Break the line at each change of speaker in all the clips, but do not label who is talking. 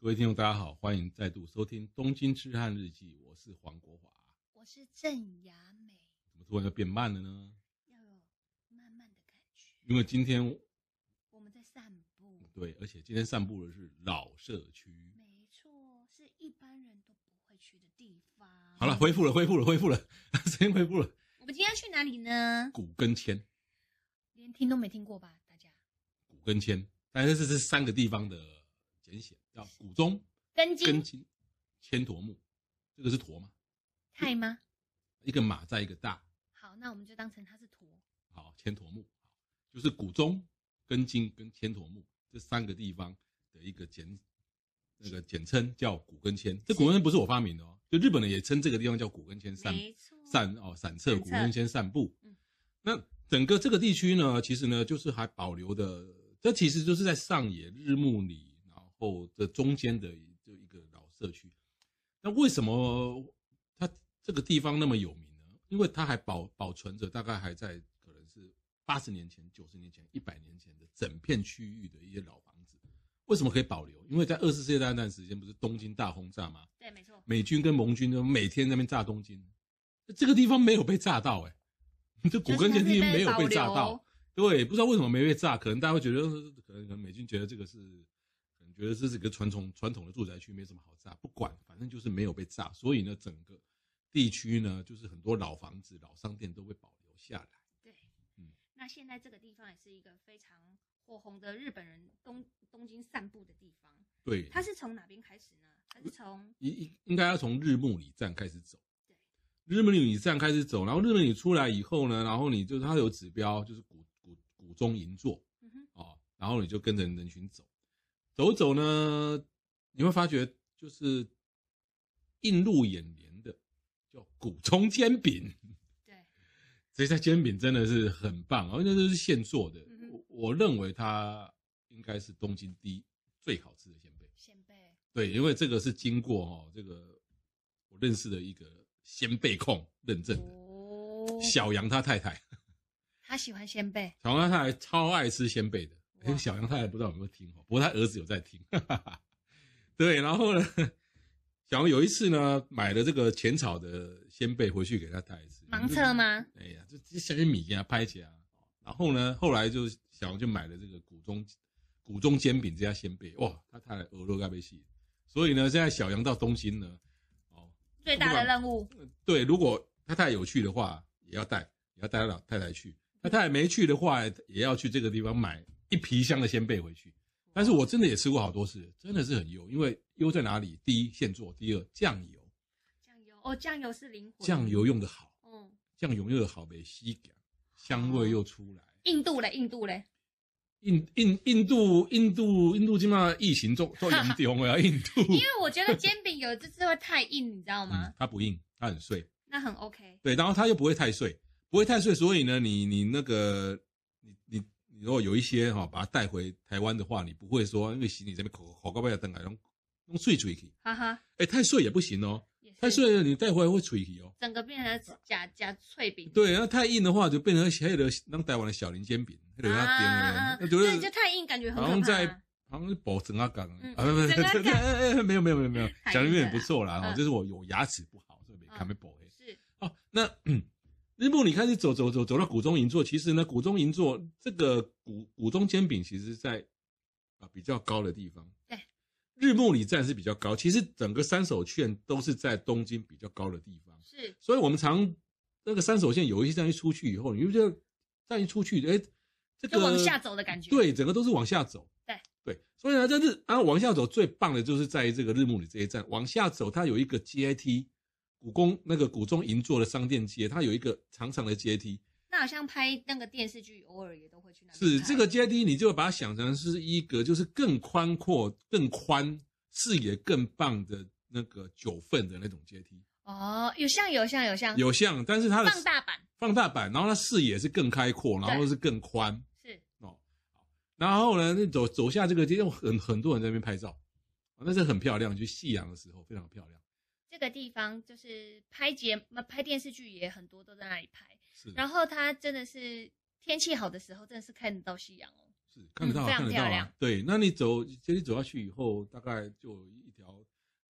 各位听众，大家好，欢迎再度收听《东京痴汉日记》，我是黄国华。
我是郑雅美，
怎么突然就变慢了呢？
要有慢慢的感觉。
因为今天
我们在散步，
对，而且今天散步的是老社区。
没错，是一般人都不会去的地方。
好了，恢复了，恢复了，恢复了， 声音恢复了。
我们今天要去哪里呢？
古跟千，
连听都没听过吧，大家？
古跟千，但是这是三个地方的简写，叫古中、
根
根
茎
津、千驼木。这个是驼嘛？
菜吗？
一个马在一个大，
好，那我们就当成它是驼。
好，千驼木，就是古中、根津跟千驼木这三个地方的一个简那个简称叫古跟千。这古跟千不是我发明的哦，就日本人也称这个地方叫古跟千散
没错，
散哦散策
散
古
策
跟千散步。
嗯
那整个这个地区呢，其实呢就是还保留的，这其实就是在上野日暮里，然后这中间的一就一个老社区。那为什么它这个地方那么有名呢？因为它还保保存着大概还在可能是八十年前、九十年前、一百年前的整片区域的一些老房子。为什么可以保留？因为在二次世界大战时间，不是东京大轰炸吗？
对，没错，
美军跟盟军呢，每天在那边炸东京，这个地方没有被炸到哎、 这古根
就
田
是它
地区
是
没有被炸
保
到
留，。
对，不知道为什么没被炸，可能大家会觉得，呃可能可能美军觉得这个是，可能觉得这是一个传统传统的住宅区，没什么好炸，不管，反正就是没有被炸，所以呢，整个地区呢，就是很多老房子、老商店都会保留下来。
对
嗯，
那现在这个地方也是一个非常火红的日本人东东京散步的地方。
对，
它是从哪边开始呢？它是从
应应应该要从日暮里站开始走。
对，
日暮里站开始走，然后日暮里出来以后呢，然后你就是它有指标，就是古古古中银座
嗯哼，
哦，然后你就跟着人群走，走走呢，你会发觉就是映入眼帘的叫古中煎饼，
对，
这家煎饼真的是很棒，然后那都是现做的，
嗯哼
我我认为它应该是东京第一最好吃的煎饼。
先辈
对，因为这个是经过哦，这个我认识的一个先辈控认证的、
哦，
小杨他太太，
他喜欢先辈，
小杨他太太超爱吃先辈的。哎，
哇
小杨太太不知道有没有听哦，不过他儿子有在听。 对，然后呢，小杨有一次呢买了这个浅草的鲜贝回去给他太太吃，
盲测吗？
哎呀，就这小米给他拍起来。啊然后呢，后来就小王就买了这个古中古中煎饼这家鲜贝，哇，他太太俄罗该被吸。所以呢，现在小杨到东京呢，哦，
最大的任务
呃对，如果他太太有去的话，也要带，也要带他老太太去。他太太没去的话，也要去这个地方买一皮箱的鲜贝回去。但是我真的也吃过好多次，真的是很优，因为优在哪里？第一现做，第二酱油，
酱油哦，酱油是灵魂。
酱，油用的好，
嗯，
酱油用的好，没吸感，
哦
香味又出来。
印度嘞，印度嘞，
印印印度印度印度今嘛疫情做做严重了，印度，
因为我觉得煎饼有这次会太硬，你知道吗
嗯？它不硬，它很碎，
那很 OK。
对，然后它又不会太碎，不会太碎，所以呢，你你那个你你你如果有一些哈、把它带回台湾的话，你不会说因为洗你这边口口高不要等来，用用碎嘴去，
哈哈，
哎，太碎也不行哦，
也是
太碎了你带回来会脆去哦，
整个变成假假脆饼。
对，然后太硬的话就变成黑的让台湾的小林煎饼，黑的要颠
啊，
了，
对，
觉得
就太硬，感觉很
好像
可
在
怕。
好像是保整啊港
嗯
啊，不不
整
不
啊，
不 没有没有没有没有，
太
讲的有点
硬了
不错啦哈，
嗯
就是我有牙齿不好，所以没看
嗯
没保黑。
是，
哦，那 日暮里开始走走走走到古中银座，其实呢，古中银座这个古古中煎饼，其实在啊比较高的地方。
对，
日暮里站是比较高，其实整个三手线都是在东京比较高的地方，
是，
所以我们常那个三手线有一些站一出去以后，你就觉得站一出去，哎，这个
就往下走的感觉。，
对，整个都是往下走。
对
对，所以呢，在日啊往下走最棒的就是在这个日暮里这一站，往下走它有一个阶梯，古宫那个古中银座的商店街，它有一个长长的阶梯，
那好像拍那个电视剧，偶尔也都会去那边
是
拍
这个阶梯，你就把它想成是一个就是更宽阔、更宽，视野更棒的那个九份的那种阶梯，
哦，有像有像有像
有像，但是它的
放大版
放大版，然后它视野是更开阔，然后
对
是更宽，
是
然后呢，那走走下这个街，有很很多人在那边拍照，啊那是很漂亮，就夕阳的时候非常漂亮，
这个地方，就是拍节呃拍电视剧也很多都在那里拍，
是，
然后它真的是天气好的时候，真的是看得到夕阳哦。
是看得到啊，
嗯非常
看得到
漂
啊
亮。
对，那你走阶梯走下去以后，大概就有一条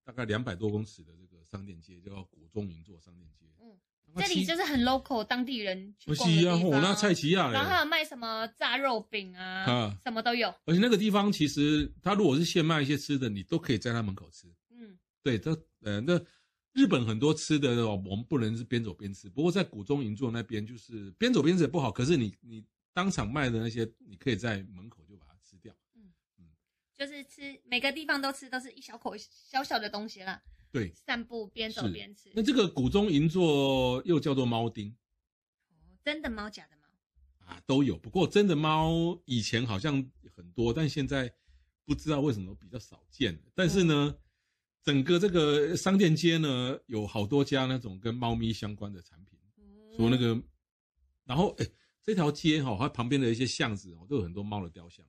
大概两百多公尺的这个商店街，叫国中银座商店街。
嗯
大概
这
七，
里就是很 local 当地人去
不
逛的
是
地
啊，
方
哦，那菜奇亚嘞
然。后还有卖什么炸肉饼啊，
啊
什么都有。
而且那个地方其实，它如果是现卖一些吃的，你都可以在它门口吃。
嗯，
对，它呃，那日本很多吃的哦，我们不能是边走边吃。不过在古中银座那边，就是边走边吃也不好，可是你你当场卖的那些，你可以在门口就把它吃掉。
就是吃每个地方都吃，都是一小口小小的东西啦。
对，
散步边走
是
边吃。
那这个古中银座又叫做猫町
哦真的猫假的猫？
啊，都有。不过真的猫以前好像很多，但现在不知道为什么比较少见。但是呢，整个这个商店街呢，有好多家那种跟猫咪相关的产品，说那个，然后哎，这条街哈、它旁边的一些巷子哦，都有很多猫的雕像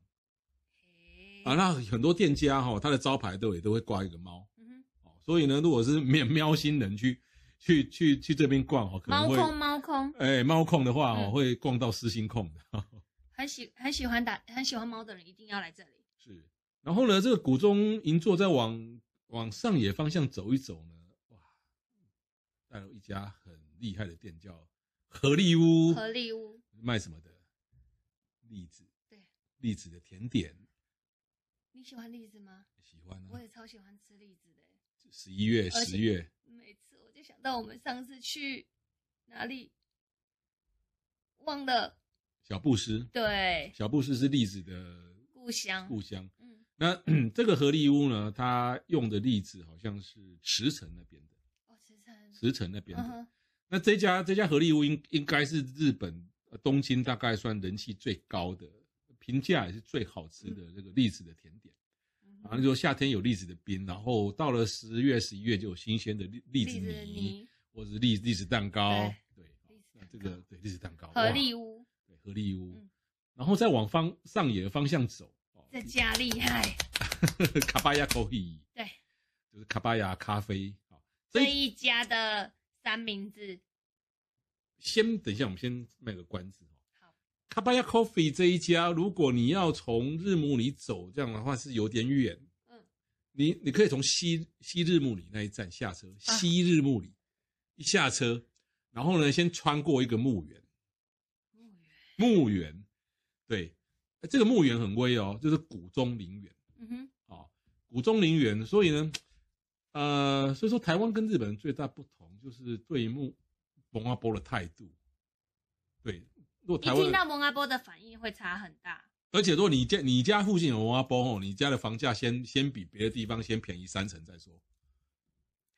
嘿
啊。那很多店家哈、它的招牌都也都会挂一个猫
嗯哼
哦。所以呢，如果是喵喵星人去去去去这边逛哦，可
猫
能会
空猫空，
哎，猫控的话，我、
嗯
会逛到失心控的。
很喜很喜欢打很喜欢猫的人一定要来这里。
是。然后呢，这个古中银座再往往上野方向走一走呢，哇，带了一家很厉害的店叫合力屋，
合力屋
卖什么的？栗子，
对，
栗子的甜点，
你喜欢栗子吗？
喜欢
我
啊。
也呃超喜欢吃栗子的欸、
十一月、
而且
十月，
每次我就想到我们上次去哪里，忘了，
小布施，
对，
小布施是栗子的
故乡，
故乡。
嗯，
那 这个合力屋呢，它用的栗子好像是池城那边的，
哦，池城，
池城那边的。
嗯哼，
那这家这家合力屋应应该是日本呃东京大概算人气最高的，评价也是最好吃的这个栗子的甜点。
嗯
然后就说夏天有栗子的冰，然后到了十月十一月就有新鲜的栗栗子
栗子的
泥，
泥，
或者是栗栗子蛋糕。对，
栗子
那
蛋
这个
糕
对栗子蛋糕，
合
哇
力屋，
对合力屋
嗯，
然后再往方上野的方向走，哦
这家厉害，
卡巴亚 coffee
对，
就是卡巴亚咖啡。好，
这一家的三明治，
先等一下，我们先卖个关子哦。
好，
卡巴亚 Coffee 这一家，如果你要从日暮里走，这样的话是有点远。
嗯，
你你可以从西西日暮里那一站下车，
啊
西日暮里一下车，然后呢，先穿过一个墓园，哦
墓园，
墓园，对，呃这个墓园很威哦，就是古中陵园
嗯哼，
啊、哦，古中陵园。所以呢，呃，所以说台湾跟日本最大不同就是对墓文化波的态度。对，如果台
一
湾
听到蒙阿波的反应会差很大，
而且如果你家你家附近有文化包哦，你家的房价先先比别的地方先便宜三成再说。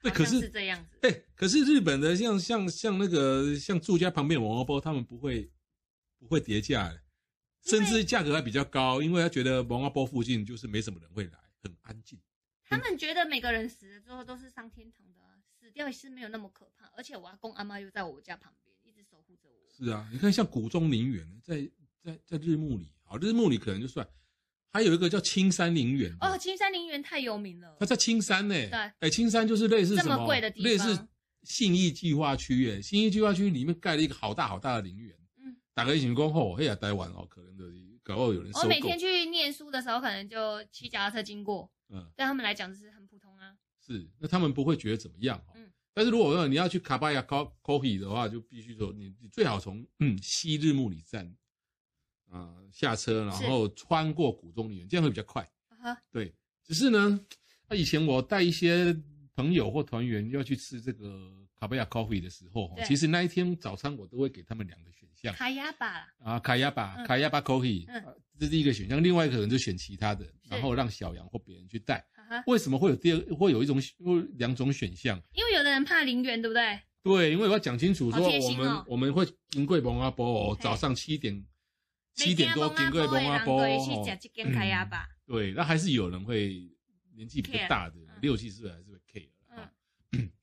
对，
好
可
像
是
是这样子，
哎、可是日本的像像像那个像住家旁边有文化包，他们不会不会叠价的，
因
甚
为
至价格还比较高，因为他觉得文化包附近就是没什么人会来，很安静。
他们觉得每个人死了之后都是上天堂的啊、死掉也是没有那么可怕。而且我阿公阿妈又在我家旁边，一直守护着我。
是啊，你看像古中陵园，在在在日暮里，好日暮里可能就算，还有一个叫青山陵园的
哦，青山陵园太有名了
它，在青山呢、
对
哎，青山就是类似什
这么贵的地方
类似信义计划区耶，信义计划区里面盖了一个好大好大的陵园。
嗯
打个疫情过后，嘿呀，待完哦，可能的搞到有人收
哦我每
购
天。去念书的时候，可能就骑脚踏车经过，
嗯，
对他们来讲就是很普通啊。
是，那他们不会觉得怎么样、哦。
嗯
但是如果说你要去卡巴亚 Co Coffee 的话，就必须说你你最好从嗯西日暮里站啊、呃下车，然后穿过古中陵园，这样会比较快。
啊哈，
对，只是呢，那以前我带一些朋友或团员要去吃这个卡巴亚 coffee 的时候，
对
其实那一天早餐我都会给他们两个选项
卡亚巴啦，
啊，卡亚巴、
嗯
卡亚巴 coffee，、
嗯
啊这是一个选项，另外一个可能就选其他的，然后让小杨或别人去带。
哈 哈，
为什么会有第二会有一种会有两种选项？
因为有的人怕陵园，对不对？
对，因为我要讲清楚
好
说，
贴
我
心
们、
哦
我们会金贵蒙阿波哦，
嘿
早上七点
每
七点多金贵蒙阿波
对，去
哦
吃，一间卡亚巴。
对，那还是有人会年纪比较
care
大的
嗯
六七十岁还是会 care
嗯
啊。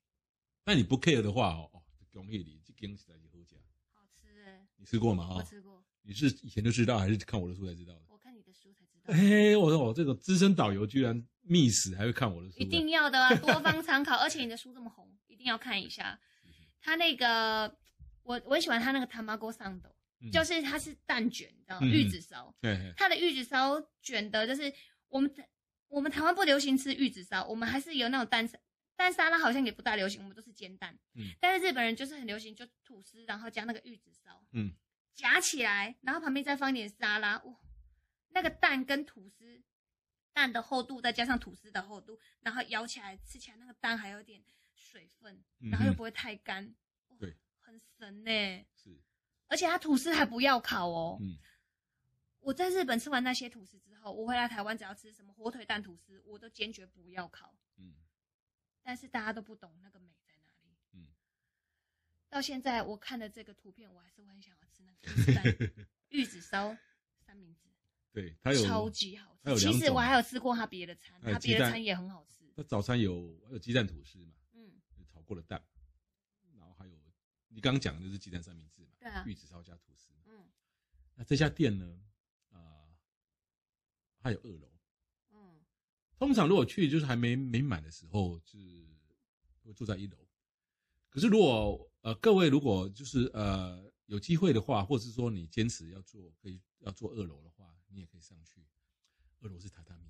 那你不 care 的话哦，哦恭喜你，这跟起来就好讲。
好吃哎，
你吃过吗？啊、
我吃过，
你是以前就知道，还是看我的书才知道 的？
我看你的书才知 道。
嘿，我说我这个资深导游居然觅食还会看我的书，
一定要的啊，多方参 考。而且你的书这么红，一定要看一下。他那个，我我很喜欢他那个 tamago s a n d
嗯
就是它是蛋卷，你知道吗？
嗯
玉子烧，
嘿嘿
它的玉子烧卷的，就是我们我们台湾不流行吃玉子烧，我们还是有那种蛋沙蛋沙拉，好像也不大流行，我们都是煎蛋。
嗯
但是日本人就是很流行，就吐司，然后加那个玉子烧，
嗯，
夹起来，然后旁边再放一点沙拉，哇，那个蛋跟吐司。蛋的厚度再加上吐司的厚度，然后咬起来吃起来，那个蛋还有点水分，然后又
嗯哼
不会太干，哇
对，
很神呢、
是
而且它吐司还不要烤哦。
嗯
我在日本吃完那些吐司之后，我回来台湾只要吃什么火腿蛋吐司，我都坚决不要烤。
嗯
但是大家都不懂那个美在哪里。
嗯
到现在我看了这个图片，我还是会很想要吃那个吐司 蛋玉子烧三明治，
对他有
超级好
它有
吃。其
两
实
种啊
我还有吃过它别的餐，
还有
它别的
鸡蛋
餐也很好吃。
那早餐有还有鸡蛋吐司嘛，
嗯，
有炒过的蛋，然后还有你刚刚讲的就是鸡蛋三明治嘛，
对啊
玉，子烧加吐司。
嗯
那这家店呢，呃，它有二楼。
嗯
通常如果去就是还没没满的时候，就是会住在一楼。可是如果呃各位如果就是呃有机会的话，或是说你坚持要做可以要做二楼的话，你也可以上去。二楼是榻榻米，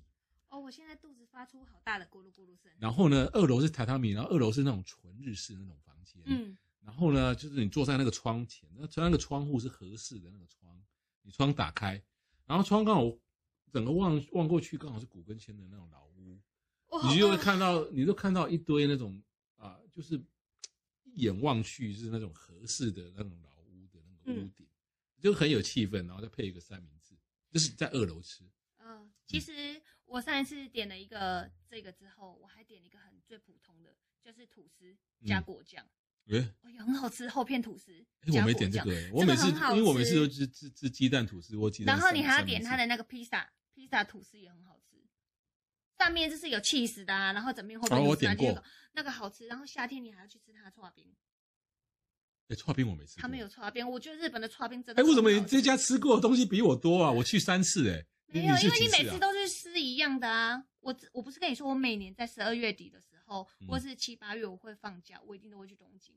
哦，我现在肚子发出好大的咕噜咕噜声。
然后呢，二楼是榻榻米，然后二楼是那种纯日式的那种房间，
嗯
然后呢，就是你坐在那个窗前，那那个窗户是合适的那个窗，你窗打开，然后窗刚好整个望望过去，刚好是古根签的那种老屋，
我好
你就会
饿哦
看到，你就看到一堆那种啊、就是一眼望去是那种合适的那种老屋的那个
嗯
屋顶，就很有气氛，然后再配一个三明治，就是在二楼吃，
嗯，其实我上一次点了一个这个之后，我还点了一个很最普通的，就是吐司加
嗯
果酱，
诶、
哎呦，很好吃，厚片吐司
诶我
加
没
果
点这
酱
个、。诶我
这个
每次
很好
因为我每次
吃
都吃吃吃鸡蛋吐司或鸡蛋
然后
三，
你还要
三明
点
治
它的那个披萨，披萨吐司也很好吃，上面就是有 cheese 的啊，然后整面厚片
哦我
吐司啊
点
那
过
个那个好吃。然后夏天你还要去吃它的刨冰，
诶刨哎冰我没吃过，
他们有刨冰，我觉得日本的刨冰真的
哎、
很
为
好吃。
什么你这家吃过的东西比我多啊？我去三次哎、你
没有，
去
因为
几
你每
啊
次都是吃一样的啊。我我不是跟你说，我每年在十二月底的时候，
嗯
或是七八月我会放假，我一定都会去东京。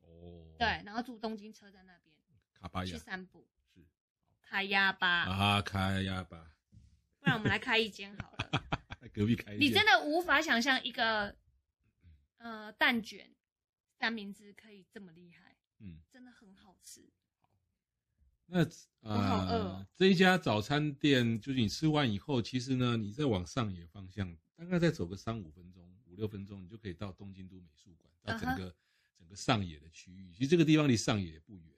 哦，
对，，然后住东京车站那边
卡巴
去
亚
散步，
是
开鸭吧，
哎啊，卡亚吧，
不然我们来开一间 好了。
隔壁开一
你
间
真的无法想象一个呃蛋卷三明治可以这么厉害，
嗯，
真的很好吃。
那
好饿
呃
哦，
这一家早餐店，就是你吃完以后，其实呢，你再往上野方向，大概再走个三五分钟、五六分钟，你就可以到东京都美术馆，
嗯
到整个、整个上野的区域。其实这个地方离上野也不远，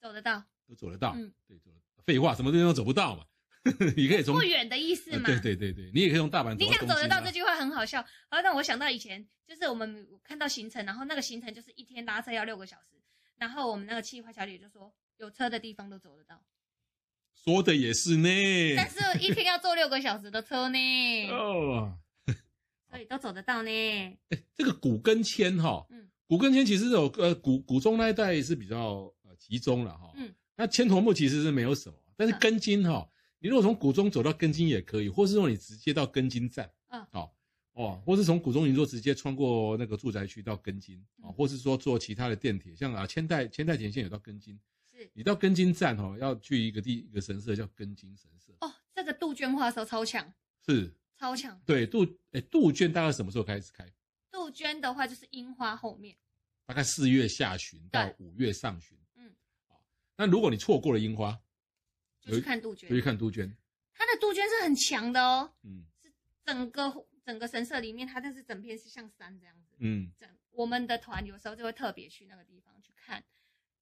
走得到，
都走得到。
嗯
对，走得到。废话，什么地方走不到嘛？ 你可以从
不远的意思
呃
嘛。
对对对对，你也可以从大阪走
你想
东
走
京
得到
啊
这句话很好笑，然后让我想到以前，就是我们看到行程，然后那个行程就是一天拉车要六个小时，然后我们那个企划小姐就说，有车的地方都走得到，
说的也是呢。
但是一天要坐六个小时的车呢，
哦，
所以都走得到呢。
这个古根签哈，
嗯
古根签其实有呃古古中那一带是比较呃集中了哈，
嗯，
那千头木其实是没有什么，但是
嗯
根津哈、你如果从古中走到根津也可以，或是说你直接到根津站，
嗯
好、哦，或是从古中银座直接穿过那个住宅区到根津啊、
嗯
或是说坐其他的电铁，像啊千代千代田线有到根津，
是
你到根津站哈、要去一个地一个神社叫根津神社，
哦，这个杜鹃花的时候超强，
是
超强。
对杜诶杜鹃大概什么时候开始开？
杜鹃的话就是樱花后面，
大概四月下旬到
对
五月上旬。
嗯，
好，那如果你错过了樱花，
就去看杜鹃
就。去看杜鹃。
它的杜鹃是很强的哦，
嗯
整个整个神社里面，它但是整片是像山这样子。
嗯，
整我们的团有时候就会特别去那个地方去看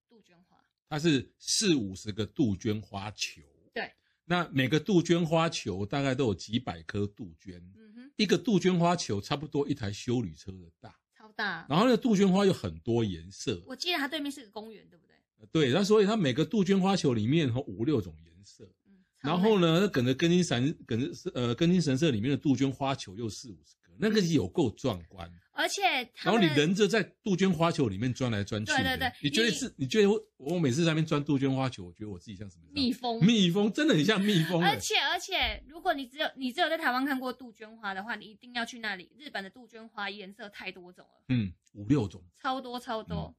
杜鹃花。
它是四五十个杜鹃花球。
对，
那每个杜鹃花球大概都有几百颗杜鹃，
嗯哼，
一个杜鹃花球差不多一台修旅车的大。
超大。
然后那个杜鹃花有很多颜色，
我记得它对面是个公园，对不对？
对，那所以它每个杜鹃花球里面有五六种颜色。
嗯。
然后
呢？
呢，那梗着根津神梗着呃根津神社里面的杜鹃花球又四五十颗，那个有够壮观。
而且他
然后
们
你人就在杜鹃花球里面钻来钻去的，
对对对
你觉得是？你觉得我我每次在那边钻杜鹃花球，我觉得我自己像什么？
蜜蜂，
蜜蜂真的很像蜜蜂、
而
欸，
且而且，如果你只有你只有在台湾看过杜鹃花的话，你一定要去那里。日本的杜鹃花颜色太多种了，
嗯，五六种。
超多超多，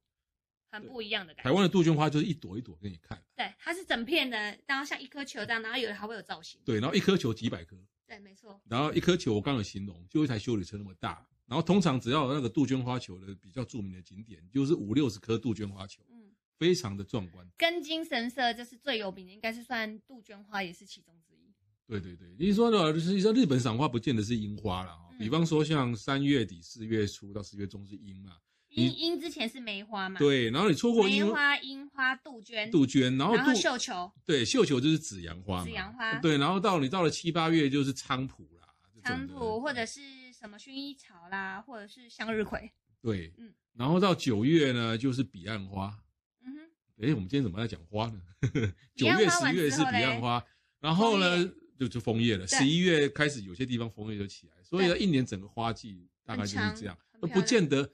很不一样的感
嗯台
觉。
湾的杜鹃花就是一朵一朵给你看，
对，它是整片的，然后像一颗球这样，然后有的还会有造型。
对，然后一颗球几百颗，
对，没错，
然后一颗球我刚有形容，就一台修理车那么大。然后通常只要有那个杜鹃花球的比较著名的景点，就是五六十颗杜鹃花球，
嗯，
非常的壮观。
根茎神社就是最有名的，应该是算杜鹃花也是其中之一。
对对对，你说呢？就是说日本赏花不见得是樱花啦，哦
嗯
比方说像三月底四月初到四月中是樱嘛，
樱樱之前是梅花嘛？，
对，然后你错过
梅
樱
花、樱花、杜鹃，
杜鹃，然后
然后
杜
绣球、
对绣球就是紫阳花嘛，
紫阳花
对，然后到你到了七八月就是菖蒲啦，这种
菖
的
蒲或者是什么薰衣草啦，或者是向日葵。
对，
嗯
然后到九月呢就是彼岸花，
嗯哼，
诶，我们今天怎么在讲花呢？
彼
九
岸
月、
花
十
完
月
之
是
后
彼岸
嘞
花，然后呢
枫
就就枫叶了。
对
十一月开始有些地方枫叶就起来，所以呢，
对
一年整个花季大概
很
就是这样
长，很
那不
漂亮
见得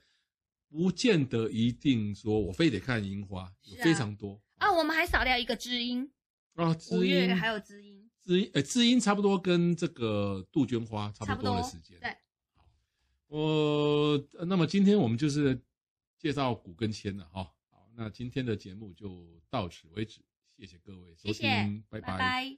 不见得一定说我非得看樱花，有
是啊
非常多
啊，我们还少掉一个知音，
啊。
五
知
月
音
还有知音，
知音，呃，知音差不多跟这个杜鹃花差
差
不
不
多
多
的时间。
对，
我呃那么今天我们就是介绍古跟铅了哈。好，那今天的节目就到此为止，谢谢各位收
谢
听，
谢，
拜
拜